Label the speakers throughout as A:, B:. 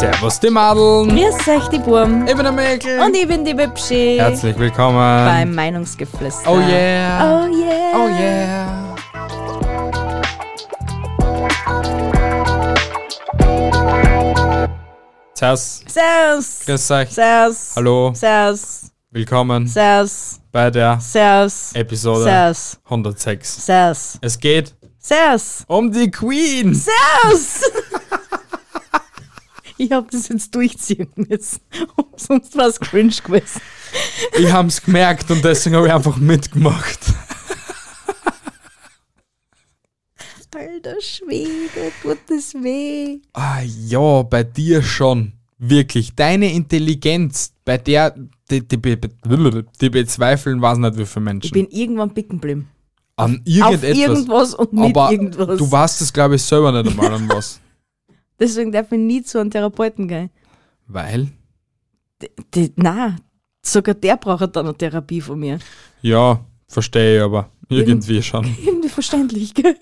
A: Servus die Madeln,
B: Grüß euch, die Burm.
A: ich bin der Mäkel
B: Und ich bin die Bibschi.
A: herzlich willkommen
B: Beim Meinungsgeflüster.
A: Oh yeah,
B: Oh yeah.
A: oh yeah. Servus,
B: Servus.
A: grüß euch,
B: Servus.
A: hallo,
B: Servus.
A: willkommen
B: Servus.
A: bei der
B: Servus.
A: Episode
B: Servus.
A: 106.
B: Servus.
A: Es geht
B: Servus.
A: um die Queen.
B: Servus. Ich hab das jetzt durchziehen müssen. Sonst war es cringe gewesen.
A: Ich hab's gemerkt und deswegen habe ich einfach mitgemacht.
B: Alter Schwede, tut das weh.
A: Ah ja, bei dir schon. Wirklich. Deine Intelligenz, bei der, die, die, be- be- die bezweifeln, was nicht wie viele
B: Ich
A: Menschen.
B: bin irgendwann picken geblieben.
A: an
B: Auf
A: irgendetwas.
B: irgendwas und nicht
A: aber
B: irgendwas.
A: du warst es, glaube ich, selber nicht einmal an was.
B: Deswegen darf ich nie zu einem Therapeuten gehen.
A: Weil?
B: Die, nein, sogar der braucht dann eine Therapie von mir.
A: Ja, verstehe ich aber. Irgendwie schon.
B: Irgendwie verständlich, gell?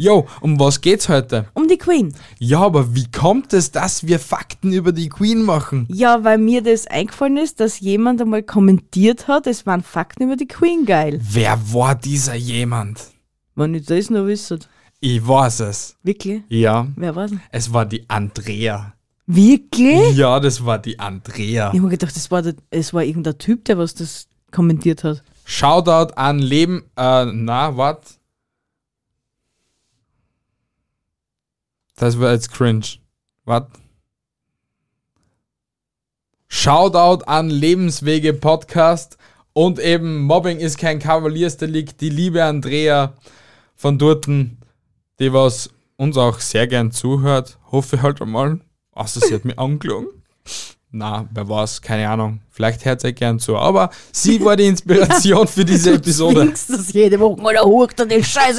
A: Jo, um was geht's heute?
B: Um die Queen.
A: Ja, aber wie kommt es, dass wir Fakten über die Queen machen?
B: Ja, weil mir das eingefallen ist, dass jemand einmal kommentiert hat, es waren Fakten über die Queen geil.
A: Wer war dieser jemand?
B: Wenn ich das noch wüsste.
A: Ich weiß es.
B: Wirklich?
A: Ja,
B: Wer war's? denn?
A: es war die Andrea.
B: Wirklich?
A: Ja, das war die Andrea.
B: Ich habe mir gedacht, das war, der, es war irgendein Typ, der was das kommentiert hat.
A: Shoutout an Leben. Äh, na, wat? Das war jetzt cringe. Wat? Shoutout an Lebenswege Podcast und eben Mobbing ist kein Kavaliersdelikt. Die liebe Andrea von Durten, die was uns auch sehr gern zuhört. Hoffe ich halt einmal. Außer sie hat mich angelogen. Na, wer weiß, keine Ahnung. Vielleicht hört sie gern zu. Aber sie war die Inspiration für diese Episode.
B: Denkst das jede Woche mal, der huckt an den scheiß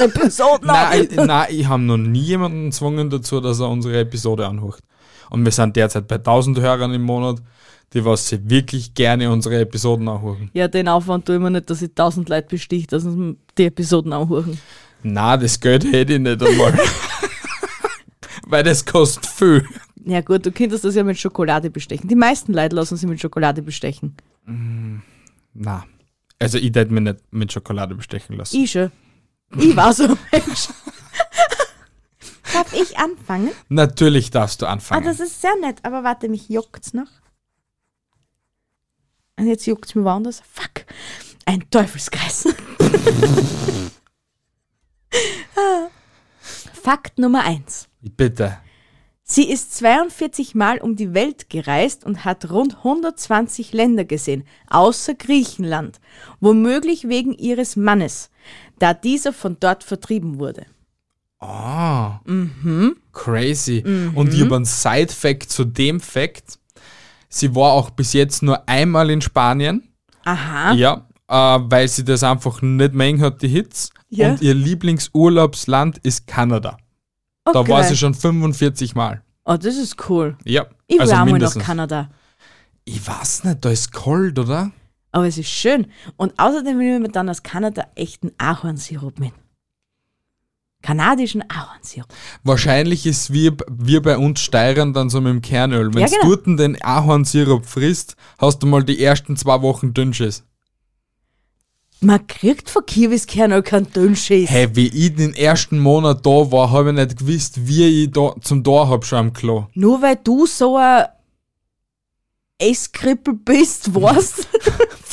B: Episoden
A: Nein, ich-
B: an.
A: nein, ich habe noch nie jemanden gezwungen dazu, dass er unsere Episode anhört. Und wir sind derzeit bei 1000 Hörern im Monat, die was sie wirklich gerne unsere Episoden anhören.
B: Ja, den Aufwand tue ich mir nicht, dass ich tausend Leute bestich, dass sie die Episoden anhören.
A: Na, das Geld hätte ich nicht einmal. Weil das kostet viel.
B: Ja gut, du könntest das ja mit Schokolade bestechen. Die meisten Leute lassen sich mit Schokolade bestechen.
A: Na, also ich hätte mich nicht mit Schokolade bestechen lassen.
B: Ich schon. Ich war so ein Mensch. Darf ich anfangen?
A: Natürlich darfst du
B: Ah,
A: anfangen.
B: das ist sehr nett, aber warte, mich juckt's noch. Und jetzt juckt's mir woanders. Fuck. Ein Teufelskreis. Ah. Fakt Nummer eins.
A: Bitte.
B: Sie ist 42 Mal um die Welt gereist und hat rund 120 Länder gesehen, außer Griechenland, womöglich wegen ihres Mannes, da dieser von dort vertrieben wurde.
A: Ah.
B: Mhm.
A: Crazy. Und ich habe einen Side-Fact zu dem Fact. Sie war auch bis jetzt nur einmal in Spanien.
B: Aha.
A: Ja, äh, weil sie das einfach nicht mehr hat, die Hits.
B: Ja.
A: Und ihr Lieblingsurlaubsland ist Kanada. Da war sie schon 45 Mal.
B: Oh, das ist cool.
A: Ja.
B: Ich will auch mal nach
A: Also mindestens.
B: Kanada.
A: Ich weiß nicht, da ist kalt, oder?
B: Aber es ist schön. Und außerdem will ich mir dann aus Kanada echten Ahornsirup mit. Kanadischen Ahornsirup.
A: Wahrscheinlich ist wie wir bei uns Steirern dann so mit dem Kernöl. Wenn
B: Ja,
A: du
B: genau.
A: dort den Ahornsirup frisst, hast du mal die ersten zwei Wochen Dünnschiss.
B: Man kriegt von Kiwiskernöl keinen Dünnschiss.
A: Hey, wie ich den ersten Monat da war, habe ich nicht gewusst, wie ich da zum Tor hab schon am Klo.
B: Nur weil du so ein Esskrippel bist, weißt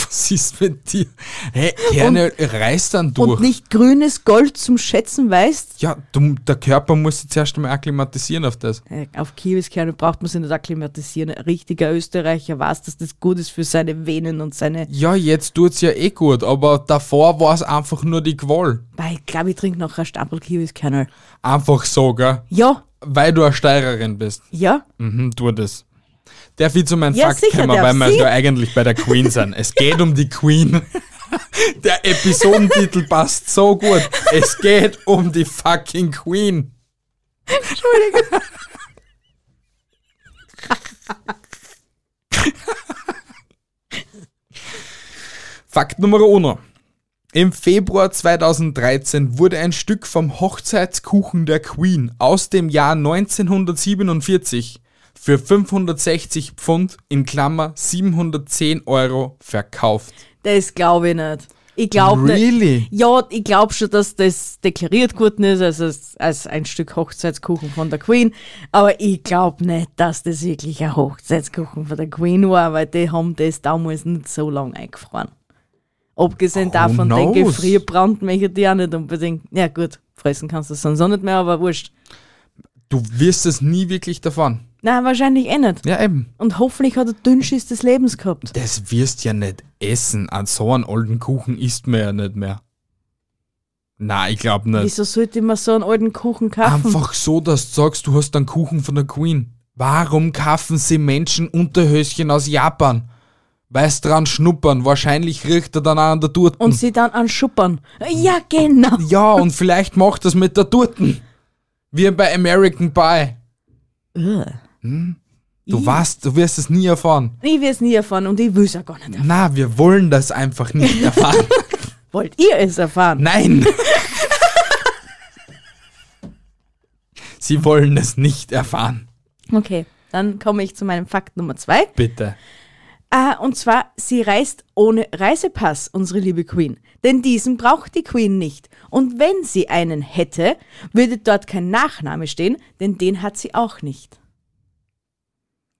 A: Was ist mit dir? Hey, Kerne, reiß dann durch.
B: Und nicht grünes Gold zum Schätzen weißt.
A: ja, du, der Körper muss sich zuerst einmal akklimatisieren auf das.
B: Äh, Auf Kiwiskerne braucht man sich nicht akklimatisieren. Ein richtiger Österreicher weiß, dass das gut ist für seine Venen und seine.
A: Ja, jetzt tut's ja eh gut, aber davor war es einfach nur die Qual.
B: Weil ich glaube, ich trinke noch einen Stapel Kiwiskerne.
A: Einfach so, gell?
B: Ja,
A: Weil du eine Steirerin bist.
B: ja.
A: Mhm, tu das. Darf ich zu meinem
B: Ja,
A: Fakt
B: sicher
A: kommen, weil
B: darf
A: wir
B: sie.
A: ja eigentlich bei der Queen sind. Es geht um die Queen. Der Episodentitel passt so gut. Es geht um die fucking Queen. Fakt Nummer uno. Im Februar 2013 wurde ein Stück vom Hochzeitskuchen der Queen aus dem Jahr 1947 für 560 Pfund in Klammer 710 Euro verkauft.
B: Das glaube ich nicht. Ich glaube
A: Really?
B: nicht. Ja, ich glaube schon, dass das deklariert worden ist, also als, als ein Stück Hochzeitskuchen von der Queen. Aber ich glaube nicht, dass das wirklich ein Hochzeitskuchen von der Queen war, weil die haben das damals nicht so lange eingefroren. Abgesehen davon, den
A: knows?
B: Gefrierbrand möchte ich auch nicht unbedingt. Ja, gut, fressen kannst du es sonst auch nicht mehr, aber wurscht.
A: Du wirst es nie wirklich davon.
B: Nein, wahrscheinlich eh nicht.
A: Ja, eben.
B: Und hoffentlich hat er Dünnschiss des Lebens gehabt.
A: Das wirst ja nicht essen. An so einen alten Kuchen isst man ja nicht mehr. Na, ich glaube nicht.
B: Wieso sollte man so einen alten Kuchen kaufen?
A: Einfach so, dass du sagst, du hast einen Kuchen von der Queen. Warum kaufen sie Menschen Unterhöschen aus Japan? Weil's dran schnuppern, wahrscheinlich riecht er dann auch an der Turten.
B: und sie dann anschuppern. Ja, genau.
A: ja, und vielleicht macht das mit der Turten. Wie bei American Pie. Hm? Du weißt, du wirst es nie erfahren.
B: Ich will es nie erfahren und ich will es auch gar nicht erfahren.
A: Na, wir wollen das einfach nicht erfahren.
B: Wollt ihr es erfahren?
A: Nein! Sie wollen es nicht erfahren.
B: Okay, dann komme ich zu meinem Fakt Nummer zwei.
A: Bitte.
B: Ah, und zwar, sie reist ohne Reisepass, unsere liebe Queen. Denn diesen braucht die Queen nicht. Und wenn sie einen hätte, würde dort kein Nachname stehen, denn den hat sie auch nicht.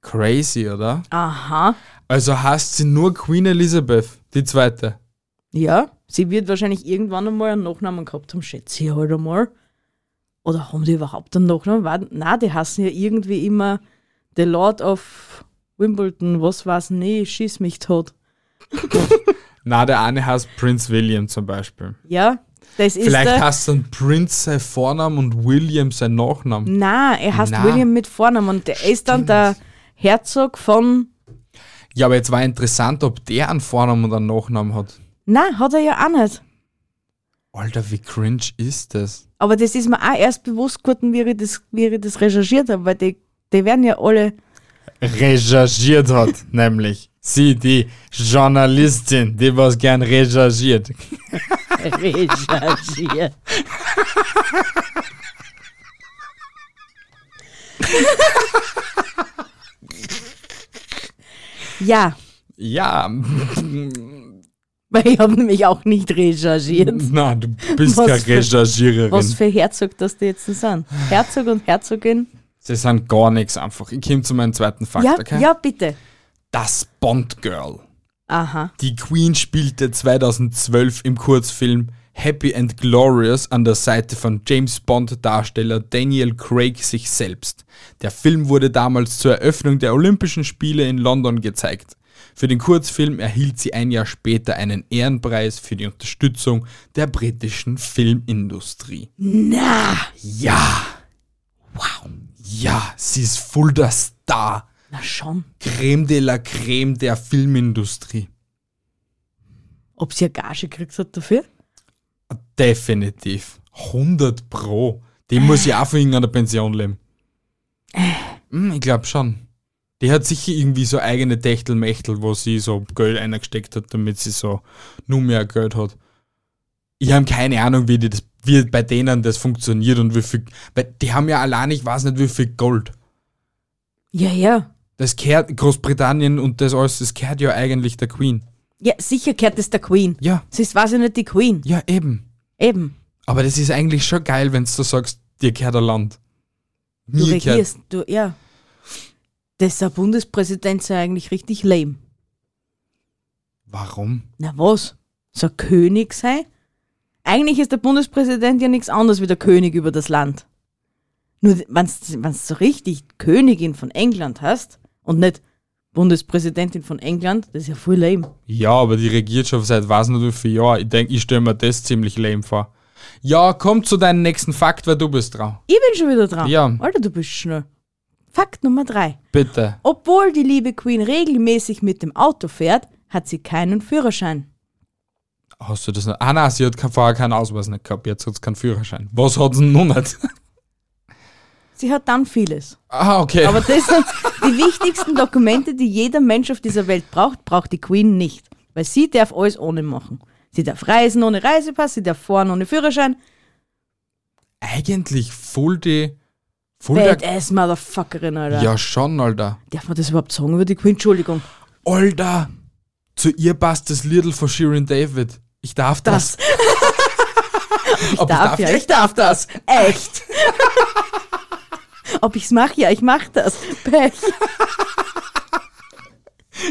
A: Crazy, oder?
B: Aha.
A: Also heißt sie nur Queen Elizabeth, die zweite.
B: Ja, sie wird wahrscheinlich irgendwann einmal einen Nachnamen gehabt haben, schätze ich halt einmal. Oder haben die überhaupt einen Nachnamen? War- Nein, die heißen ja irgendwie immer The Lord of Wimbledon, was war's? Nee, schieß mich tot.
A: Na, der eine heißt Prince William zum Beispiel.
B: Ja, das ist
A: Vielleicht
B: der.
A: heißt dann Prince sein Vornamen und William sein Nachnamen.
B: Nein, er heißt
A: Nein.
B: William mit Vornamen und der ist dann der Herzog von.
A: Ja, aber jetzt war interessant, ob der einen Vornamen und einen Nachnamen hat.
B: Nein, hat er ja auch nicht.
A: Alter, wie cringe ist das?
B: Aber das ist mir auch erst bewusst geworden, wie ich das, wie ich das recherchiert habe, weil die, die werden ja alle.
A: Recherchiert hat, nämlich. Sie, die Journalistin, die was gern recherchiert.
B: recherchiert. ja,
A: Ja,
B: weil ich habe nämlich auch nicht recherchiert.
A: na, du bist
B: Was
A: keine
B: für-
A: Recherchiererin.
B: Was für Herzog das die jetzt sind. Herzog und Herzogin.
A: Sie sind gar nichts einfach. Ich komme zu meinem zweiten Fakt,
B: ja,
A: okay?
B: ja, bitte.
A: Das Bond Girl.
B: Aha.
A: Die Queen spielte 2012 im Kurzfilm Happy and Glorious an der Seite von James Bond-Darsteller Daniel Craig sich selbst. Der Film wurde damals zur Eröffnung der Olympischen Spiele in London gezeigt. Für den Kurzfilm erhielt sie ein Jahr später einen Ehrenpreis für die Unterstützung der britischen Filmindustrie.
B: Na,
A: Ja! Wow! Ja, sie ist voll der Star.
B: na schon.
A: Creme de la Creme der Filmindustrie.
B: Ob sie eine Gage gekriegt hat dafür?
A: Definitiv. 100 Pro. Die muss ja auch von irgendeiner Pension leben. Hm, ich glaube schon. Die hat sicher irgendwie so eigene Techtelmechtel, wo sie so Geld eingesteckt hat, damit sie so nur mehr Geld hat. Ich habe keine Ahnung, wie, die das, wie bei denen das funktioniert und wie viel. Weil die haben ja allein, ich weiß nicht, wie viel Gold.
B: Ja, ja.
A: Das gehört Großbritannien und das alles, das gehört ja eigentlich der Queen.
B: Ja, sicher gehört das der Queen.
A: Ja,
B: Sie ist quasi nicht die Queen.
A: ja, eben.
B: Eben.
A: Aber das ist eigentlich schon geil, wenn du sagst, dir gehört ein Land.
B: Du
A: Mir gehört.
B: regierst, du, ja. Das ist ein Bundespräsident sei eigentlich richtig lame.
A: Warum?
B: Na was? So ein König sei? Eigentlich ist der Bundespräsident ja nichts anderes wie der König über das Land. Nur wenn du so richtig Königin von England hast und nicht Bundespräsidentin von England, das ist ja voll lame.
A: Ja, aber die regiert schon seit weiß nicht wie viel Jahren. Ich denke, ich stelle mir das ziemlich lame vor. Ja, komm zu deinem nächsten Fakt, weil du bist dran.
B: Ich bin schon wieder dran.
A: Ja.
B: Alter, du bist schnell. Fakt Nummer drei.
A: Bitte.
B: Obwohl die liebe Queen regelmäßig mit dem Auto fährt, hat sie keinen Führerschein.
A: Hast du das noch? Ah nein, sie hat ke- vorher keinen Ausweis nicht gehabt. Jetzt hat sie keinen Führerschein. Was hat sie denn noch nicht?
B: Sie hat dann vieles.
A: Ah, okay.
B: Aber das sind die wichtigsten Dokumente, die jeder Mensch auf dieser Welt braucht, braucht die Queen nicht. Weil sie darf alles ohne machen. Sie darf reisen ohne Reisepass, sie darf fahren ohne Führerschein.
A: Eigentlich voll die... Voll der...
B: Badass Motherfuckerin, Alter.
A: Ja, schon, Alter.
B: Darf man das überhaupt sagen über die Queen? Entschuldigung.
A: Alter, zu ihr passt das Liedl von Shirin David. Ich darf das. ich Ob
B: darf ja, ich
A: darf das.
B: Echt? Ob ich's mache? Ja, ich mach das. Pech.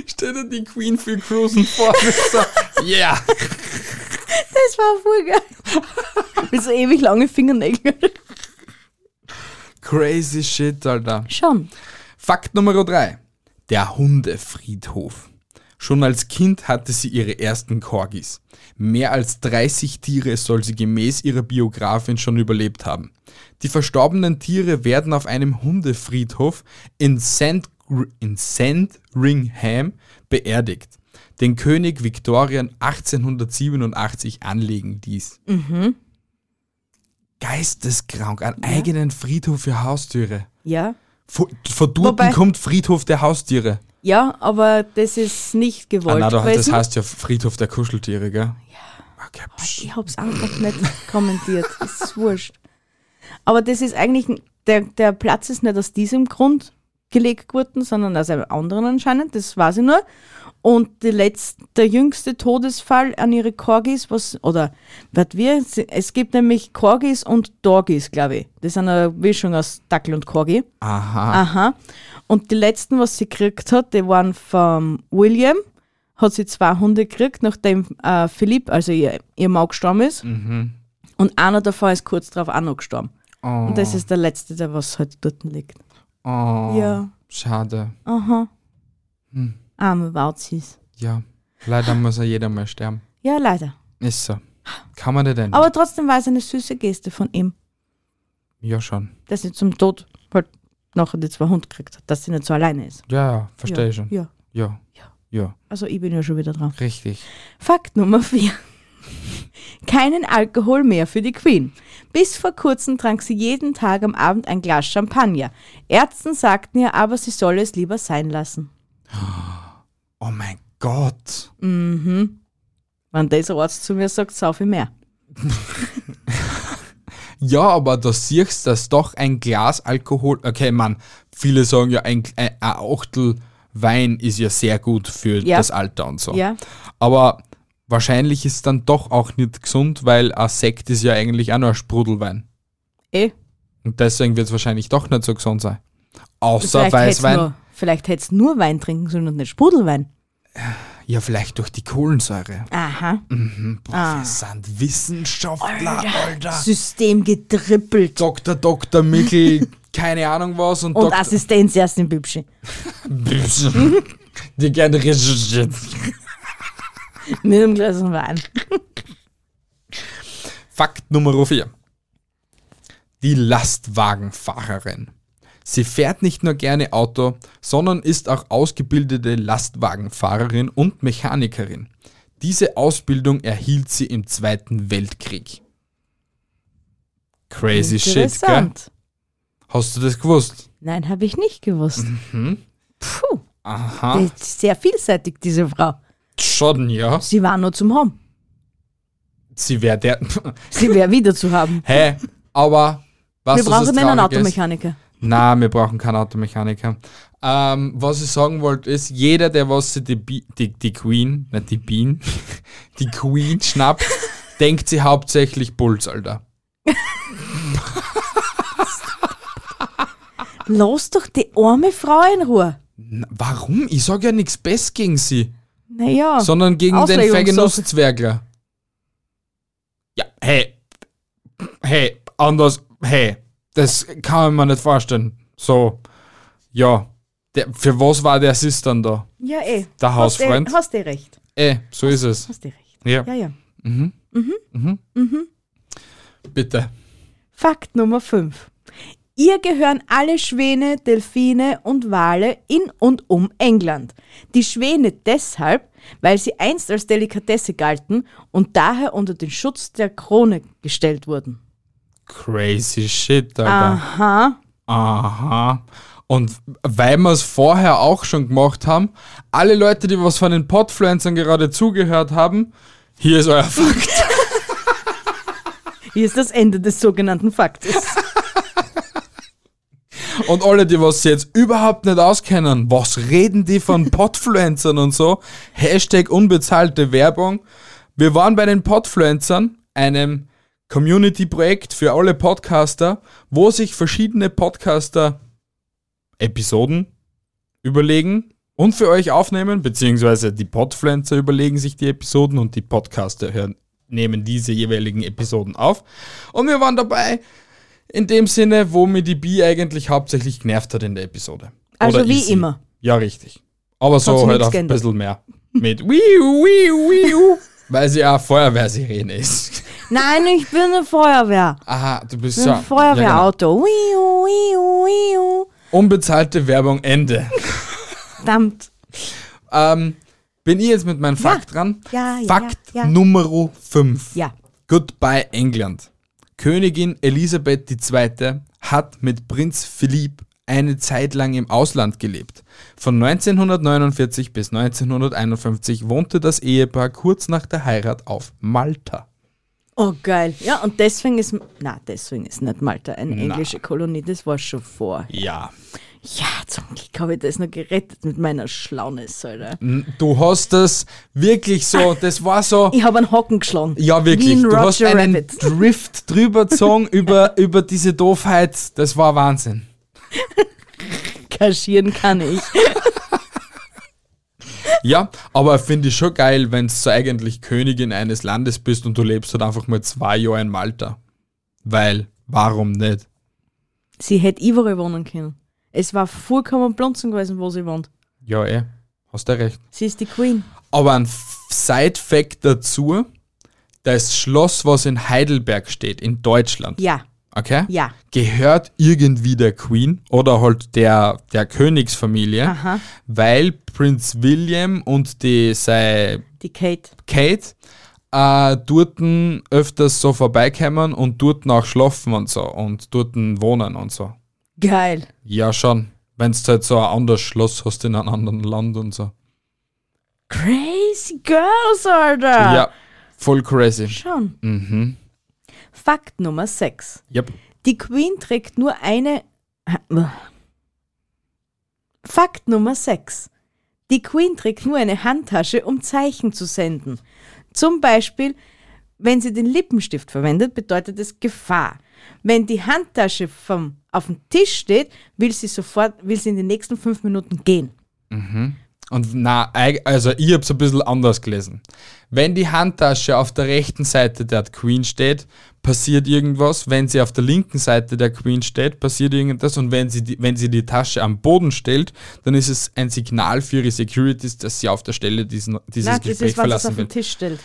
A: Stell dir die Queen für Cruisen vor. Ja. yeah.
B: Das war voll geil. Mit so ewig lange Fingernägel.
A: Crazy shit, Alter.
B: Schon.
A: Fakt Nummer 3. Der Hundefriedhof. Schon als Kind hatte sie ihre ersten Corgis. Mehr als 30 Tiere soll sie gemäß ihrer Biografin schon überlebt haben. Die verstorbenen Tiere werden auf einem Hundefriedhof in, Sand, in Sandringham beerdigt, den König Viktorien 1887 anlegen ließ. Geisteskrank, einen eigenen Friedhof für Haustiere.
B: Ja.
A: Vo- Von Durten
B: Wobei-
A: kommt Friedhof der Haustiere.
B: Ja, aber das ist
A: Ah,
B: nicht gewollt.
A: nein, doch, das
B: gewesen.
A: heißt ja Friedhof der Kuscheltiere, gell? Ja. Okay, psch.
B: ich hab's einfach nicht kommentiert. Das ist wurscht. Aber das ist eigentlich, der, der Platz ist nicht aus diesem Grund gelegt worden, sondern aus einem anderen anscheinend, das weiß ich nur. Und die letzte, der jüngste Todesfall an ihre Corgis, was, oder, was wir, es gibt nämlich Corgis und Dorgis, glaube ich. Das ist eine Mischung aus Dackel und Corgi.
A: Aha.
B: Aha. Und die letzten, was sie gekriegt hat, die waren vom William. Hat sie zwei Hunde gekriegt, nachdem äh, Philipp, also ihr, ihr Mann, gestorben ist.
A: Mhm.
B: Und einer davon ist kurz darauf auch noch gestorben.
A: Oh,
B: Und das ist der letzte, der was halt dort liegt.
A: oh, Hm.
B: Ja.
A: Schade.
B: Aha. Arme Wauzis.
A: Ja. Leider muss ja jeder mal sterben.
B: Ja, leider.
A: Ist so. Kann man nicht denn?
B: Aber trotzdem war es eine süße Geste von ihm,
A: Ja, schon.
B: dass sie zum Tod halt nachher die zwei Hunde gekriegt hat, dass sie nicht so alleine ist.
A: Ja, ja, verstehe
B: ja.
A: ich schon.
B: Ja.
A: Ja.
B: Ja.
A: Ja.
B: Also ich bin ja schon wieder dran.
A: Richtig.
B: Fakt Nummer 4. Keinen Alkohol mehr für die Queen. Bis vor kurzem trank sie jeden Tag am Abend ein Glas Champagner. Ärzten sagten ihr aber, sie solle es lieber sein lassen.
A: Oh mein Gott.
B: Wenn dieser Arzt zu mir sagt, sauf ich mehr.
A: Ja, aber da siehst du, dass doch ein Glas Alkohol. Okay, Mann, viele sagen ja, ein, ein ein Achtel Wein ist ja sehr gut für
B: Ja.
A: das Alter und so.
B: Ja,
A: Aber wahrscheinlich ist es dann doch auch nicht gesund, weil ein Sekt ist ja eigentlich auch nur ein Sprudelwein.
B: eh.
A: Und deswegen wird es wahrscheinlich doch nicht so gesund sein. Außer
B: Vielleicht hätt's
A: Weißwein.
B: nur- Vielleicht hättest du nur Wein trinken sollen und nicht Sprudelwein.
A: Ja, vielleicht durch die Kohlensäure.
B: Aha.
A: Mhm. Boah, wir sind Wissenschaftler, Alter.
B: System getrippelt.
A: Dr. Dr. Mickel, keine Ahnung was. Und,
B: Und
A: Dr.
B: Assistenz erst im Bübschi.
A: Die gerne recherchiert.
B: Mit einem Glas Wein.
A: Fakt Nummer 4. Die Lastwagenfahrerin. Sie fährt nicht nur gerne Auto, sondern ist auch ausgebildete Lastwagenfahrerin und Mechanikerin. Diese Ausbildung erhielt sie im Zweiten Weltkrieg. Crazy shit, gell?
B: Interessant.
A: Hast du das gewusst?
B: Nein, habe ich nicht gewusst.
A: Mhm.
B: Puh,
A: Aha.
B: die ist sehr vielseitig, diese Frau.
A: Schon, ja.
B: Sie war nur zum Haben.
A: Sie wäre der.
B: Sie wäre wieder zu haben.
A: Hä? Aber was
B: Wir
A: ist das
B: brauchen einen
A: Traurige ist?
B: Automechaniker.
A: Na, wir brauchen keinen Automechaniker. Ähm, was ich sagen wollte, ist, jeder, der was sie die, Bi die, die Queen, nicht die Bienen, die Queen schnappt, denkt sie hauptsächlich Puls, Alter.
B: Lass doch die arme Frau in Ruhe.
A: Na, warum? Ich sag ja nichts Besseres gegen sie.
B: Naja.
A: sondern gegen den
B: Auslegungssache.
A: Vergenusszwergler. Ja, hey. Hey, anders, hey. Das kann man mir nicht vorstellen. So, ja. Der, für was war der Sis dann da?
B: Ja, eh.
A: Der
B: Hast eh-
A: Hausfreund?
B: Hast du recht.
A: Ey, so ist es.
B: Hast du eh recht.
A: Ja,
B: Ja, ja.
A: bitte.
B: Fakt Nummer 5. Ihr gehören alle Schwäne, Delfine und Wale in und um England. Die Schwäne deshalb, weil sie einst als Delikatesse galten und daher unter den Schutz der Krone gestellt wurden.
A: Crazy shit, Alter.
B: Aha.
A: Aha. Und weil wir es vorher auch schon gemacht haben, alle Leute, die was von den Podfluencern gerade zugehört haben, hier ist euer Fakt.
B: Hier ist das Ende des sogenannten Faktes.
A: Und alle, die was jetzt überhaupt nicht auskennen, was reden die von Podfluencern und so? Hashtag unbezahlte Werbung. Wir waren bei den Podfluencern, einem Community-Projekt für alle Podcaster, wo sich verschiedene Podcaster Episoden überlegen und für euch aufnehmen, beziehungsweise die Podfluencer überlegen sich die Episoden und die Podcaster hören, nehmen diese jeweiligen Episoden auf. Und wir waren dabei, in dem Sinne, wo mir die Bi eigentlich hauptsächlich genervt hat in der Episode.
B: Also wie
A: ich sie.
B: immer.
A: Ja, richtig. Aber
B: Hat
A: so halt
B: sich nichts
A: auch ein
B: geändert.
A: bisschen mehr. Mit wiu, wiu, wiu, weil sie auch Feuerwehrsirene ist.
B: Nein, ich bin eine Feuerwehr.
A: Aha, du bist genau.
B: Ich
A: so. genau.
B: bin ein Feuerwehrauto. Uiu, uiu, uiu.
A: Unbezahlte Werbung, Ende.
B: Verdammt.
A: Ähm, bin ich jetzt mit meinem Fakt dran?
B: Ja, ja,
A: Fakt
B: ja.
A: Nummer 5.
B: Ja.
A: Goodbye England. Königin Elisabeth II. hat mit Prinz Philipp eine Zeit lang im Ausland gelebt. Von 1949 bis 1951 wohnte das Ehepaar kurz nach der Heirat auf Malta.
B: Oh geil. Ja, und deswegen ist na, deswegen ist nicht Malta eine englische Kolonie, das war schon vor.
A: Ja.
B: Ja, zum Glück habe ich das noch gerettet mit meiner Schlauness, Alter.
A: Du hast das wirklich so, das war so.
B: Ich habe einen Hocken geschlagen.
A: Ja, wirklich.
B: Wie ein
A: du
B: Roger
A: hast einen
B: Rabbit.
A: Drift drüber gezogen über, über diese Doofheit. Das war Wahnsinn.
B: Kaschieren kann ich.
A: Ja, aber finde ich schon geil, wenn du so eigentlich Königin eines Landes bist und du lebst halt einfach mal zwei Jahre in Malta. Weil, warum nicht?
B: Sie hätte überall wohnen können. Es war vollkommen blunzen gewesen, wo sie wohnt.
A: Ja, eh, hast du recht.
B: Sie ist die Queen.
A: Aber ein F- Side-Fact dazu: Das Schloss, was in Heidelberg steht, in Deutschland,
B: Ja,
A: okay?
B: ja.
A: Gehört irgendwie der Queen oder halt der, der Königsfamilie,
B: Aha.
A: weil Prinz William und die, seine
B: Die Kate.
A: Kate äh, dorten öfters so vorbeikommen und dorten auch schlafen und so und dorten wohnen und so.
B: Geil.
A: Ja, schon. Wenn du halt so ein anderes Schloss hast in einem anderen Land und so.
B: Crazy Girls, Alter.
A: Ja, voll crazy.
B: Schon. Mhm. Fakt Nummer 6.
A: Yep.
B: Die Queen trägt nur eine. Fakt Nummer 6. Die Queen trägt nur eine Handtasche, um Zeichen zu senden. Zum Beispiel, wenn sie den Lippenstift verwendet, bedeutet es Gefahr. Wenn die Handtasche vom, auf dem Tisch steht, will sie sofort, will sie in den nächsten fünf Minuten gehen.
A: Und na, eig- also ich hab's ein bisschen anders gelesen. Wenn die Handtasche auf der rechten Seite der Queen steht, passiert irgendwas. Wenn sie auf der linken Seite der Queen steht, passiert irgendwas. Und wenn sie die, wenn sie die Tasche am Boden stellt, dann ist es ein Signal für ihre Securities, dass sie auf der Stelle diesen, dieses
B: Nein, das
A: Gespräch
B: ist, was es auf
A: verlassen
B: den
A: will.
B: Tisch stellt.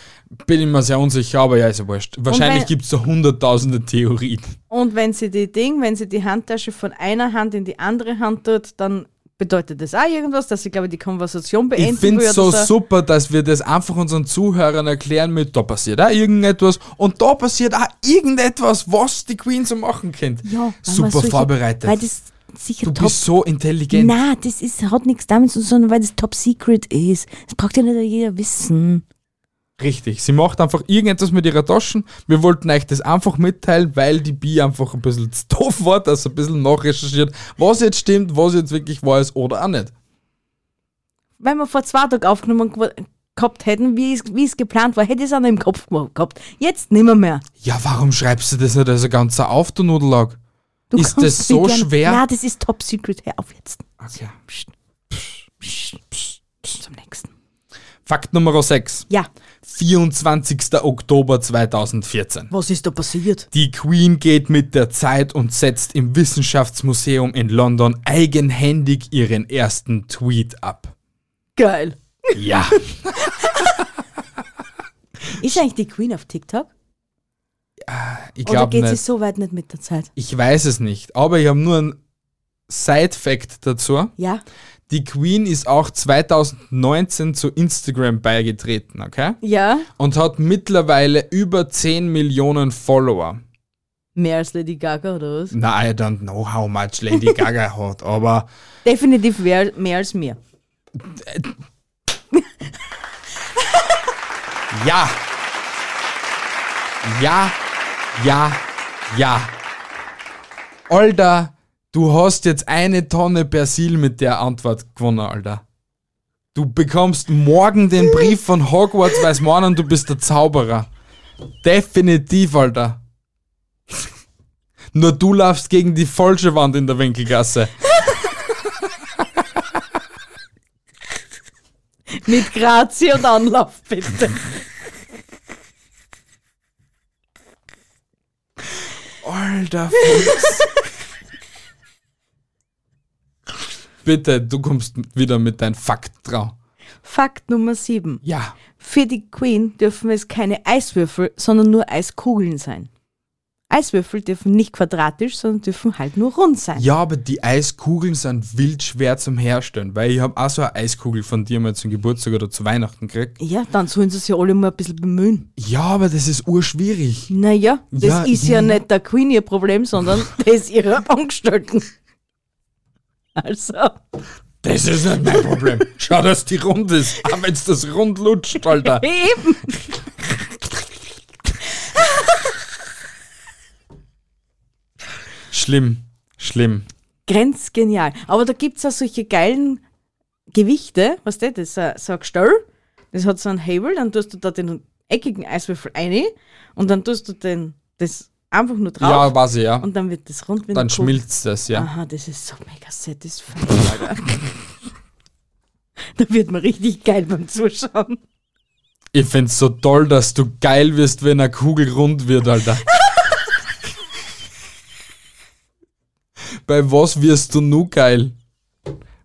A: Bin ich mir sehr unsicher, aber ja, ist ja wurscht. Wahrscheinlich
B: wenn-
A: gibt's da hunderttausende Theorien.
B: Und wenn sie die Ding, wenn sie die Handtasche von einer Hand in die andere Hand tut, dann bedeutet das auch irgendwas, dass sie, glaube ich, die Konversation beenden
A: Ich finde
B: will
A: es so
B: oder
A: super, dass wir das einfach unseren Zuhörern erklären mit, da passiert auch irgendetwas und da passiert auch irgendetwas, was die Queen so machen könnte.
B: Ja, weil man
A: super
B: solche-
A: vorbereitet.
C: Weil das sicher
A: du
C: top.
A: bist so intelligent.
C: Na, das ist, hat nichts damit zu tun, sondern weil das top secret ist. Das braucht ja nicht jeder wissen.
A: Richtig. Sie macht einfach irgendetwas mit ihrer Taschen. Wir wollten euch das einfach mitteilen, weil die Bi einfach ein bisschen zu doof war, dass sie ein bisschen nachrecherchiert, was jetzt stimmt, was jetzt wirklich wahr ist oder auch nicht.
B: Wenn wir vor zwei Tagen aufgenommen gewa- gehabt hätten, wie es, wie es geplant war, hätte ich es auch noch im Kopf gewa- gehabt. Jetzt nimmer mehr.
A: Ja, warum schreibst du das nicht als ein ganzer auf, du Nudelag?
C: Du
A: Ist
C: kannst
A: das so
C: mich gern-
A: schwer?
C: Ja, das ist top secret. Hör auf jetzt.
A: Okay.
C: Psst, psst, psst, zum nächsten.
A: Fakt Nummer 6.
B: Ja.
A: 24. Oktober 2014.
B: Was ist da passiert?
A: Die Queen geht mit der Zeit und setzt im Wissenschaftsmuseum in London eigenhändig ihren ersten Tweet ab.
B: Geil.
A: Ja.
B: Ist eigentlich die Queen auf TikTok?
A: Ich
B: Oder
A: glaube
B: geht sie
A: nicht.
B: so weit nicht mit der Zeit?
A: Ich weiß es nicht, aber ich habe nur einen Side-Fact dazu.
B: Ja.
A: Die Queen ist auch 2019 zu Instagram beigetreten, okay?
B: Ja.
A: Und hat mittlerweile über 10 Millionen Follower.
B: Mehr als Lady Gaga oder was?
A: Na, I don't know how much Lady Gaga hat, aber
B: Definitiv mehr, mehr als mir.
A: ja. Ja, ja, ja. Alter, du hast jetzt eine Tonne Persil mit der Antwort gewonnen, Alter. Du bekommst morgen den Brief von Hogwarts, weiß morgen und du bist der Zauberer. Definitiv, Alter. Nur du laufst gegen die falsche Wand in der Winkelgasse.
B: Mit Grazie und Anlauf, bitte.
A: Alter Fuchs. Bitte, du kommst wieder mit deinem Fakt drauf.
B: Fakt Nummer 7.
A: Ja.
B: Für die Queen dürfen es keine Eiswürfel, sondern nur Eiskugeln sein. Eiswürfel dürfen nicht quadratisch, sondern dürfen halt nur rund sein.
A: Ja, aber die Eiskugeln sind wild schwer zum Herstellen, weil ich habe auch so eine Eiskugel von dir mal zum Geburtstag oder zu Weihnachten gekriegt.
B: Ja, dann sollen sie sich ja alle mal ein bisschen bemühen.
A: Ja, aber das ist urschwierig.
B: Naja, das
A: Ja,
B: ist ja
A: ja.
B: nicht der Queen ihr Problem, sondern das ihrer Angestellten. Also,
A: Das ist nicht mein Problem. Schau, dass die rund ist. Aber jetzt das rund lutscht, Alter.
B: eben.
A: Schlimm. Schlimm.
B: Grenzgenial. Aber da gibt es auch solche geilen Gewichte, was weißt du, das ist ein- so ein Gestell, das hat so einen Hebel, dann tust du da den eckigen Eiswürfel rein und dann tust du den, das einfach nur drauf
A: Ja, weiß ich, ja.
B: und dann wird das rund. Wenn
A: Dann
B: du guckst.
A: schmilzt das, ja.
B: Aha, das ist so mega satisfying, Alter. da wird man richtig geil beim Zuschauen.
A: Ich find's so toll, dass du geil wirst, wenn eine Kugel rund wird, Alter. Bei was wirst du nu geil?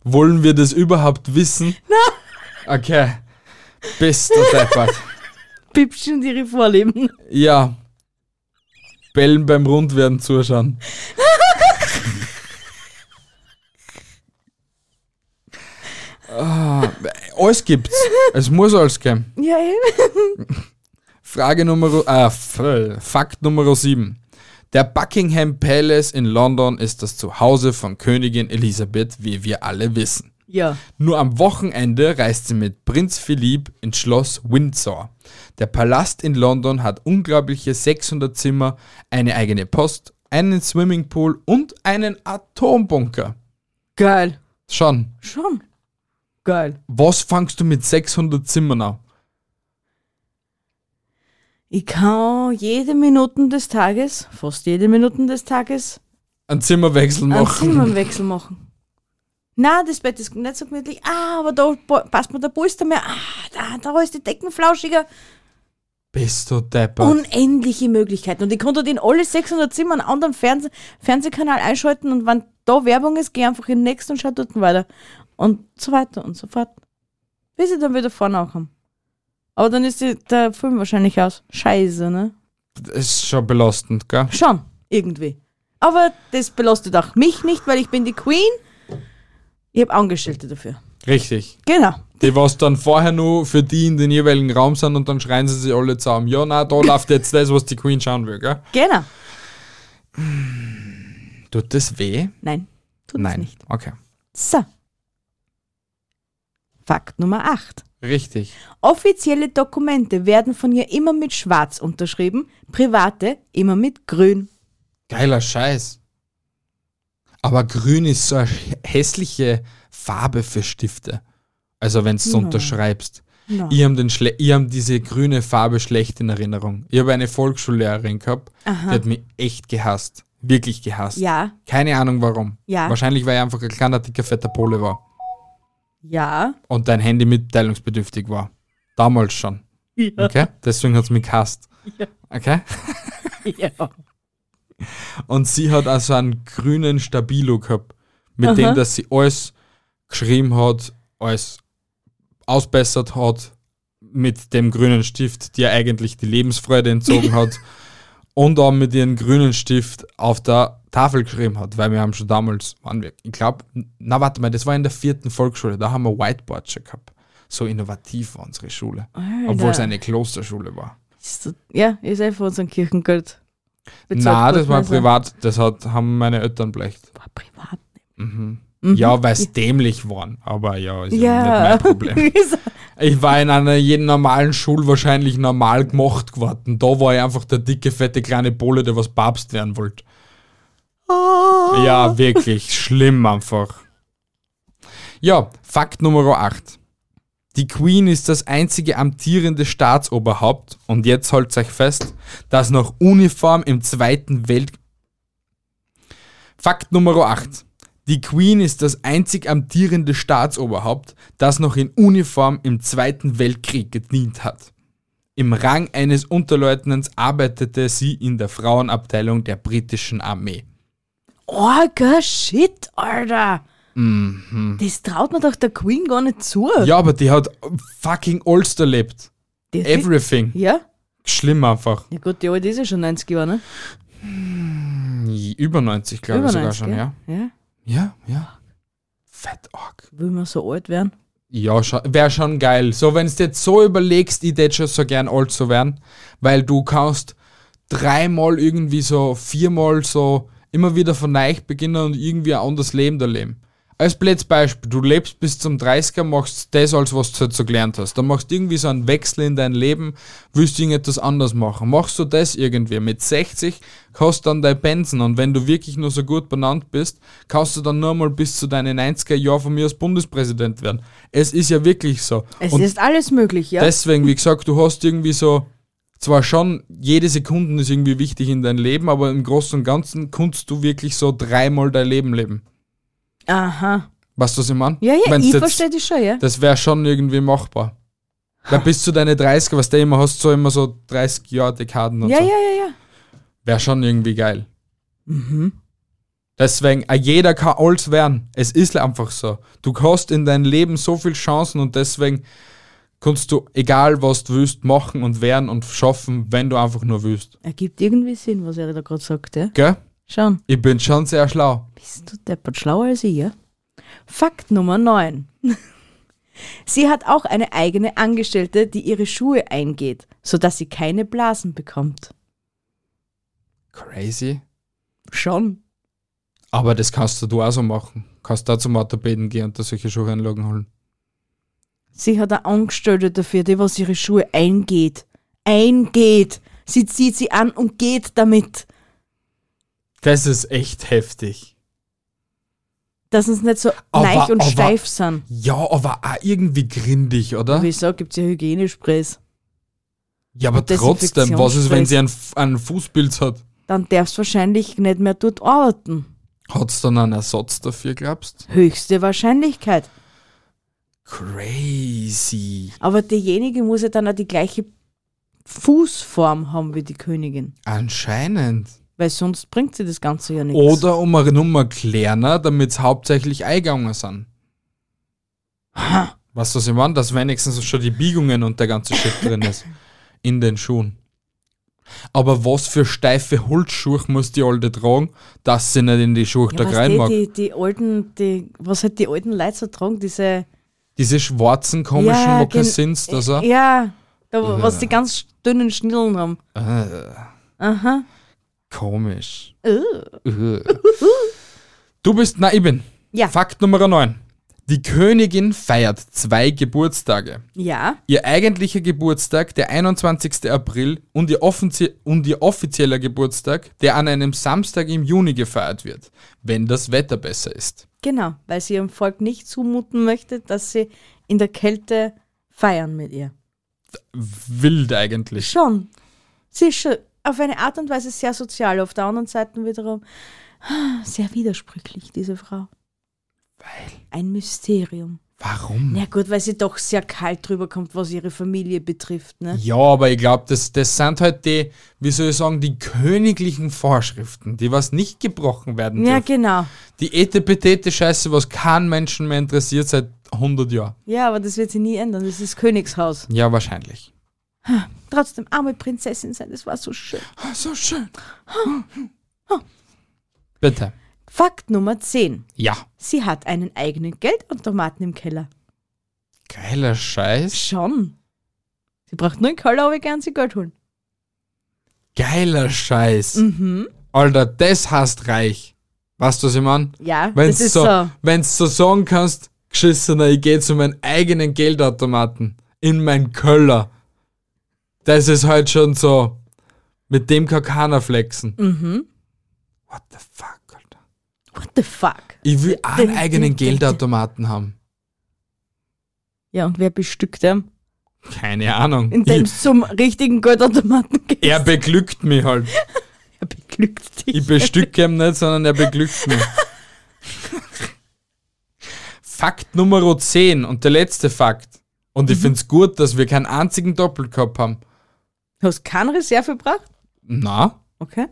A: Wollen wir das überhaupt wissen? Nein. Okay. Bist du deppert.
B: Pipschen und ihre Vorlieben.
A: Ja. Bellen beim Rundwerden zuschauen. ah, alles gibt's. Es muss alles geben.
B: Ja, eben.
A: Frage Nummer, äh, F- Fakt Nummer 7. Der Buckingham Palace in London ist das Zuhause von Königin Elisabeth, wie wir alle wissen.
B: Ja.
A: Nur am Wochenende reist sie mit Prinz Philipp ins Schloss Windsor. Der Palast in London hat unglaubliche 600 Zimmer, eine eigene Post, einen Swimmingpool und einen Atombunker.
B: Geil.
A: Schon,
B: Schon. Geil.
A: was fangst du mit 600 Zimmern an?
B: Ich kann jede Minuten des Tages, fast jede Minuten des Tages,
A: Ein Zimmerwechsel
B: einen
A: machen.
B: Zimmerwechsel machen. Na, das Bett ist nicht so gemütlich. Ah, aber da po- passt mir der Polster mehr. Ah, da, da ist die Deckenflauschiger.
A: Bist du deppert?
B: Unendliche Möglichkeiten. Und ich konnte in alle 600 Zimmer einen anderen Fernseh Fernsehkanal einschalten und wenn da Werbung ist, geh einfach in den nächsten und schau dort weiter. Und so weiter und so fort. Bis ich dann wieder vorne ankomme. Aber dann ist die, der Film wahrscheinlich aus. Scheiße, ne?
A: Das ist schon belastend, gell?
B: Schon, irgendwie. Aber das belastet auch mich nicht, weil ich bin die Queen. Ich habe Angestellte dafür.
A: Richtig.
B: Genau.
A: Die, was dann vorher nur für die in den jeweiligen Raum sind und dann schreien sie sich alle zusammen. Ja, na, da läuft jetzt das, was die Queen schauen will, gell?
B: Genau.
A: Tut das weh?
B: Nein, tut es
A: Nein.
B: nicht.
A: Okay.
B: So. Fakt Nummer 8.
A: Richtig.
B: Offizielle Dokumente werden von ihr immer mit Schwarz unterschrieben, private immer mit Grün.
A: Geiler Scheiß. Aber grün ist so eine sch- hässliche Farbe für Stifte. Also, wenn du es unterschreibst.
B: Na.
A: Ich habe hab diese grüne Farbe schlecht in Erinnerung. Ich habe eine Volksschullehrerin gehabt, die hat mich echt gehasst. Wirklich gehasst.
B: Ja,
A: Keine Ahnung warum.
B: Ja.
A: Wahrscheinlich, weil ich einfach ein kleiner, dicker, fetter Pole war.
B: ja,
A: und dein Handy mitteilungsbedürftig war. Damals schon. Okay? Deswegen hat sie mich gehasst. Okay?
B: Ja.
A: Und sie hat also einen grünen Stabilo gehabt, mit dem, dass sie alles geschrieben hat, alles ausbessert hat, mit dem grünen Stift, der eigentlich die Lebensfreude entzogen hat, und auch mit ihrem grünen Stift auf der Tafel geschrieben hat, weil wir haben schon damals, waren wir, ich glaube, na warte mal, das war in der vierten Volksschule, da haben wir Whiteboard schon gehabt. So innovativ war unsere Schule, obwohl es eine Klosterschule war.
B: Ist so- Ja, ist einfach unser Kirchengeld. bezahlt
A: Na, das
B: worden,
A: war
B: also.
A: privat, das hat, haben meine Eltern blecht.
B: War privat.
A: Ja, weil sie dämlich waren, aber ja, ist ja,
B: Ja.
A: nicht mein Problem. Ich war in einer jeden normalen Schule wahrscheinlich normal gemacht geworden. Da war ich einfach der dicke, fette, kleine Pole, der was Papst werden wollte. Ja, wirklich, schlimm einfach. Ja, Fakt Nummer 8. Die Queen ist das einzige amtierende Staatsoberhaupt und jetzt haltet euch fest, das nach Uniform im Zweiten Welt... Fakt Nummer 8. Die Queen ist das einzig amtierende Staatsoberhaupt, das noch in Uniform im Zweiten Weltkrieg gedient hat. Im Rang eines Unterleutnants arbeitete sie in der Frauenabteilung der britischen Armee.
B: Orga Shit, Alter. Das traut man doch der Queen gar nicht zu.
A: Mhm. Ja, aber die hat fucking Ulster erlebt.
B: Das ist-
A: Everything.
B: Ja?
A: Schlimm einfach.
B: Ja gut, die alte ist ja schon 90 Jahre, ne?
A: Über 90, glaube ich,
B: Über
A: sogar
B: 90,
A: schon,
B: gell?
A: ja.
B: Ja,
A: Ja, ja. Fett arg.
B: will man so alt werden.
A: Ja, wäre schon geil. So, wenn du jetzt so überlegst, ich tät schon so gern alt zu werden, weil du kannst dreimal irgendwie so, viermal so immer wieder von neu beginnen und irgendwie ein anderes Leben da leben. Als blödes Beispiel, du lebst bis zum 30er, machst das, als was du halt so gelernt hast. Dann machst du irgendwie so einen Wechsel in dein Leben, willst irgendetwas anders machen. Machst du das irgendwie. Mit 60 hast du dann deine Pensen und wenn du wirklich nur so gut benannt bist, kannst du dann nur mal bis zu deinen 90er Jahren von mir als Bundespräsident werden. Es ist ja wirklich so.
B: Es
A: Und
B: ist alles möglich, ja?
A: Deswegen, wie gesagt, du hast irgendwie so, zwar schon, jede Sekunde ist irgendwie wichtig in deinem Leben, aber im Großen und Ganzen kannst du wirklich so dreimal dein Leben leben.
B: Aha.
A: Weißt du, was ich meine?
B: Ja, ja,
A: Wenn's
B: ich
A: jetzt-
B: verstehe dich schon, ja?
A: Das wäre schon irgendwie machbar. Weil bis zu deine 30er, was du immer hast, so immer so 30 Jahre Dekaden und
B: Ja,
A: so.
B: ja, ja, ja.
A: Wäre schon irgendwie geil. Mhm. Deswegen, auch jeder kann alles werden. Es ist einfach so. Du hast in deinem Leben so viele Chancen und deswegen kannst du, egal was du willst, machen und werden und schaffen, wenn du einfach nur willst.
B: Ergibt irgendwie Sinn, was er da gerade sagt, ja?
A: Gell?
B: Schauen.
A: Ich bin schon sehr schlau.
B: Bist du deppert schlauer als ich, ja? Fakt Nummer 9. sie hat auch eine eigene Angestellte, die ihre Schuhe eingeht, sodass sie keine Blasen bekommt.
A: Crazy.
B: Schon.
A: Aber das kannst du auch so machen. Kannst da zum Orthopäden gehen und da solche Schuhanlagen holen.
B: Sie hat eine Angestellte dafür, die was ihre Schuhe eingeht. Eingeht. Sie zieht sie an und geht damit.
A: Das ist echt heftig.
B: Dass uns nicht so
A: Aber-
B: neich und
A: aber-
B: steif sind.
A: Ja, aber auch irgendwie grindig, oder?
B: Wie ich sage, gibt es ja Hygienesprays.
A: Ja, aber trotzdem, was ist, wenn sie einen, F- einen Fußpilz hat?
B: Dann darfst du wahrscheinlich nicht mehr dort arbeiten.
A: Hat es dann einen Ersatz dafür, glaubst
B: Höchste Wahrscheinlichkeit.
A: Crazy.
B: Aber derjenige muss ja dann auch die gleiche Fußform haben wie die Königin.
A: Anscheinend.
B: Weil sonst bringt sie das Ganze ja nichts.
A: Oder um eine Nummer kleiner, damit es hauptsächlich Eingänge sind. Weißt du, was ich meine? Dass wenigstens schon die Biegungen und der ganze Shit drin ist. In den Schuhen. Aber was für steife Holzschuhe muss die Alte tragen, dass sie nicht in die Schuhe
B: ja,
A: da
B: weißt
A: rein
B: eh,
A: mag?
B: die, die alten, die, was halt die alten Leute so tragen, diese.
A: Diese schwarzen, komischen
B: Ja, gen- äh,
A: Mokassins, dass er.
B: Ja, da, wo- was die ganz dünnen Schnillen haben. Aha.
A: Komisch.
B: Äh.
A: Äh. Du bist naiben.
B: Ja.
A: Fakt Nummer 9. Die Königin feiert zwei Geburtstage.
B: Ja,
A: Ihr eigentlicher Geburtstag, der 21. April, und ihr, offizie und ihr offizieller Geburtstag, der an einem Samstag im Juni gefeiert wird, wenn das Wetter besser ist.
B: genau. Weil sie ihrem Volk nicht zumuten möchte, dass sie in der Kälte feiern mit ihr.
A: Wild eigentlich.
B: Schon. Sie ist schon auf eine Art und Weise sehr sozial, auf der anderen Seite wiederum ah, sehr widersprüchlich, diese Frau.
A: Weil,
B: Ein Mysterium.
A: Warum?
B: Ja gut, weil sie doch sehr kalt drüber kommt, was ihre Familie betrifft. Ne?
A: Ja, aber ich glaube, das, das sind halt die, wie soll ich sagen, die königlichen Vorschriften, die was nicht gebrochen werden
B: Ja,
A: dürfen.
B: genau.
A: Die etepetete Scheiße, was keinen Menschen mehr interessiert seit 100 Jahren.
B: Ja, aber das wird sie nie ändern. Das ist Königshaus.
A: Ja, wahrscheinlich.
B: Trotzdem arme Prinzessin sein, das war so schön.
A: Ah, so schön. Bitte.
B: Fakt Nummer 10.
A: Ja.
B: Sie hat einen eigenen Geldautomaten im Keller.
A: Geiler Scheiß.
B: Schon. Sie braucht nur einen Keller, aber gern sie Geld holen.
A: Geiler Scheiß.
B: Mhm.
A: Alter, das heißt reich. Weißt du, was ich meine?
B: Ja,
A: Wenn's
B: das ist
A: so,
B: so.
A: Wenn's so sagen kannst, geschissener, ich gehe zu meinem eigenen Geldautomaten in mein Köller. Das ist halt schon so. Mit dem kann keiner flexen.
B: Mhm.
A: What the fuck, Alter?
B: What the fuck?
A: Ich will einen eigenen Geldautomaten haben.
B: Ja, und wer bestückt er?
A: Keine Ahnung.
B: Indem
A: Ich,
B: es zum richtigen Geldautomaten geht.
A: er beglückt mich halt.
B: Er beglückt dich.
A: Ich bestücke ihn nicht, sondern er beglückt mich. Fakt Nummer 10 und der letzte Fakt. Und ich find's gut, dass wir keinen einzigen Doppelkopf haben.
B: Du hast keine Reserve gebracht?
A: Na?
B: Okay.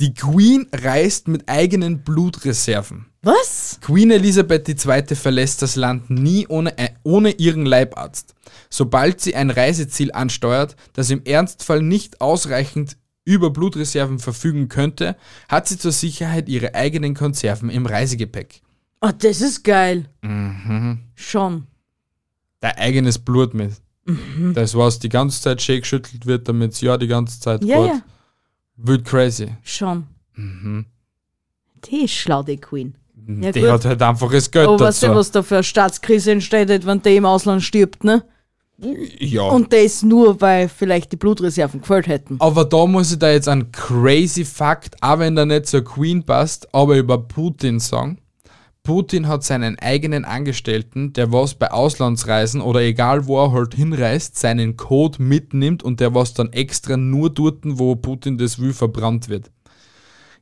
A: Die Queen reist mit eigenen Blutreserven.
B: Was?
A: Queen Elisabeth II. verlässt das Land nie ohne, ei- ohne ihren Leibarzt. Sobald sie ein Reiseziel ansteuert, das im Ernstfall nicht ausreichend über Blutreserven verfügen könnte, hat sie zur Sicherheit ihre eigenen Konserven im Reisegepäck.
B: Oh, das ist geil. Mhm. Schon.
A: dein eigenes Blut mit.
B: Mhm.
A: Das, was die ganze Zeit schön geschüttelt wird, damit es ja die ganze Zeit
B: Ja,
A: geht.
B: ja.
A: Wild crazy.
B: Schon. Die ist schlau, die Queen. Ja,
A: Mhm. die
B: gut.
A: hat halt einfach das Geld
B: Aber weißt
A: dazu.
B: du, was da für eine Staatskrise entsteht, wenn der im Ausland stirbt, ne?
A: ja.
B: Und das nur, weil vielleicht die Blutreserven gefällt hätten.
A: aber da muss ich da jetzt einen crazy Fakt, auch wenn der nicht zur Queen passt, aber über Putin sagen. Putin hat seinen eigenen Angestellten, der was bei Auslandsreisen oder egal wo er halt hinreist, seinen Code mitnimmt und der was dann extra nur dort, wo Putin das will, verbrannt wird.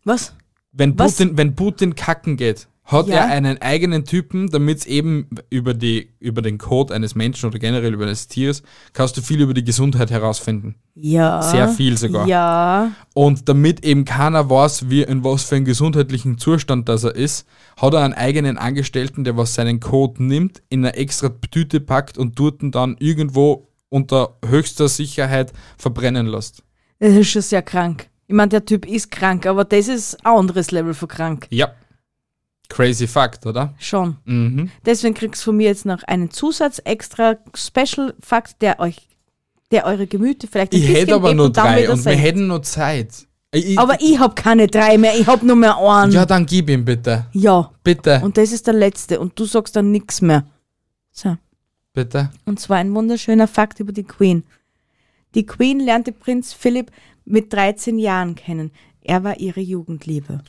B: Was?
A: wenn
B: Was?
A: Putin, wenn Putin kacken geht, hat
B: Ja.
A: er einen eigenen Typen, damit es eben über, die, über den Code eines Menschen oder generell über des Tieres, kannst du viel über die Gesundheit herausfinden.
B: Ja.
A: Sehr viel sogar.
B: Ja.
A: Und damit eben keiner weiß, wie, in was für einen gesundheitlichen Zustand das er ist, hat er einen eigenen Angestellten, der was seinen Code nimmt, in eine extra Tüte packt und dort ihn dann irgendwo unter höchster Sicherheit verbrennen lässt.
B: Das ist schon sehr krank. Ich meine, der Typ ist krank, aber das ist ein anderes Level von krank.
A: Ja. Crazy Fakt, oder?
B: Schon.
A: Mhm.
B: Deswegen kriegst du von mir jetzt noch einen Zusatz extra Special Fakt, der euch, der eure Gemüte vielleicht ein
A: Ich
B: bisschen
A: hätte aber
B: hebt
A: nur
B: und dann
A: drei
B: wieder
A: und wir
B: senkt.
A: hätten nur Zeit. Ich,
B: Aber ich hab keine drei mehr, ich hab nur mehr einen.
A: ja, dann gib ihm bitte.
B: ja.
A: Bitte.
B: Und das ist der letzte und du sagst dann nichts mehr. So.
A: bitte.
B: Und zwar ein wunderschöner Fakt über die Queen. Die Queen lernte Prinz Philipp mit 13 Jahren kennen. Er war ihre Jugendliebe.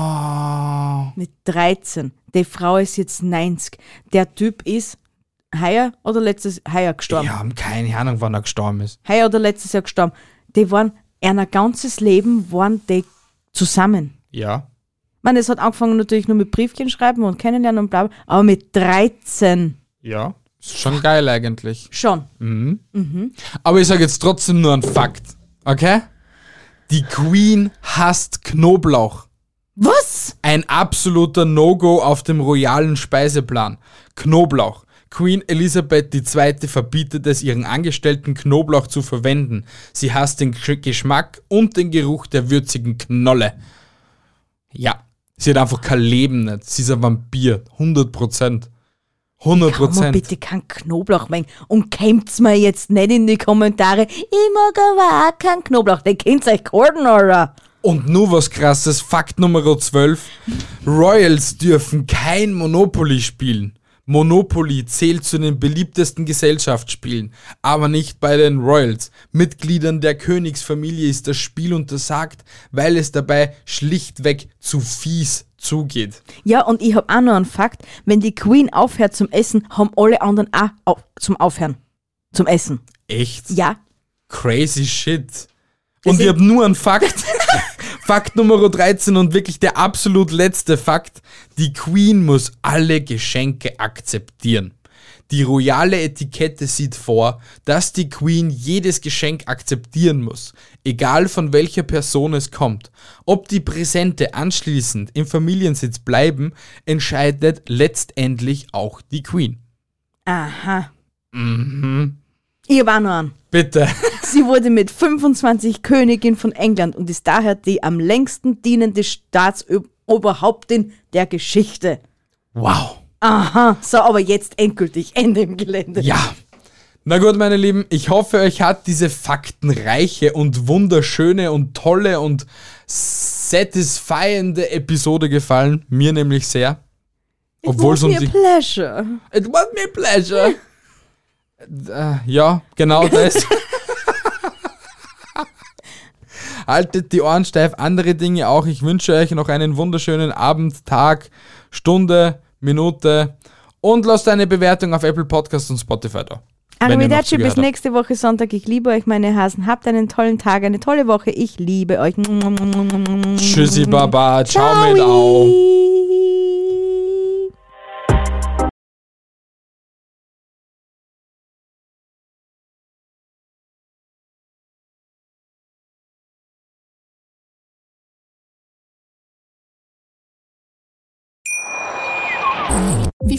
A: Oh.
B: Mit 13. Die Frau ist jetzt 90. Der Typ ist heuer oder letztes heuer gestorben.
A: Wir haben keine Ahnung, wann er gestorben ist.
B: Heuer oder letztes Jahr gestorben. Die waren ein ganzes Leben waren die zusammen.
A: Ja.
B: Ich meine, es hat angefangen natürlich nur mit Briefchen schreiben und kennenlernen und bla, bla aber mit 13
A: Ja. Ist schon geil eigentlich.
B: schon.
A: Aber ich sage jetzt trotzdem nur einen Fakt. Okay? Die Queen hasst Knoblauch.
B: Was?
A: Ein absoluter No-Go auf dem royalen Speiseplan. Knoblauch. Queen Elisabeth II. verbietet es ihren Angestellten, Knoblauch zu verwenden. Sie hasst den Gesch- Geschmack und den Geruch der würzigen Knolle. Ja, sie hat einfach kein Leben nicht. Sie ist ein Vampir. 100 Prozent. 100
B: Kann man
A: Prozent.
B: bitte keinen Knoblauch mengen und kämmt's mir jetzt nicht in die Kommentare. Ich mag aber auch keinen Knoblauch, den kennt's euch Gordon, oder?
A: Und nur was krasses, Fakt Nummer 12. Royals dürfen kein Monopoly spielen. Monopoly zählt zu den beliebtesten Gesellschaftsspielen, aber nicht bei den Royals. Mitgliedern der Königsfamilie ist das Spiel untersagt, weil es dabei schlichtweg zu fies zugeht.
B: Ja, und ich hab auch noch einen Fakt. Wenn die Queen aufhört zum Essen, haben alle anderen auch au zum Aufhören. Zum Essen.
A: Echt?
B: Ja.
A: Crazy shit.
B: Das
A: Und ich
B: ist-
A: habe nur einen Fakt. Fakt Nummer 13 und wirklich der absolut letzte Fakt. Die Queen muss alle Geschenke akzeptieren. Die royale Etikette sieht vor, dass die Queen jedes Geschenk akzeptieren muss, egal von welcher Person es kommt. Ob die Präsente anschließend im Familiensitz bleiben, entscheidet letztendlich auch die Queen.
B: Aha.
A: Mhm.
B: Ich habe auch noch einen.
A: Bitte.
B: Sie wurde mit 25 Königin von England und ist daher die am längsten dienende Staatsoberhauptin der Geschichte.
A: Wow.
B: Aha, so, aber jetzt endgültig Ende im Gelände.
A: Ja. Na gut, meine Lieben, ich hoffe, euch hat diese faktenreiche und wunderschöne und tolle und satisfyende Episode gefallen. Mir nämlich sehr. Obwohl es
B: It
A: um
B: was
A: die.
B: mir pleasure.
A: It was my pleasure. äh, ja, genau das. Haltet die Ohren steif, andere Dinge auch. Ich wünsche euch noch einen wunderschönen Abend, Tag, Stunde, Minute und lasst eine Bewertung auf Apple Podcast und Spotify da. wenn ihr noch
B: Arrivederci,
A: zugehört
B: bis
A: habt.
B: nächste Woche Sonntag. Ich liebe euch, meine Hasen. Habt einen tollen Tag, eine tolle Woche. Ich liebe euch.
A: Tschüssi, Baba. Ciao, Ciao mit Au.
B: Ciao.
D: Wie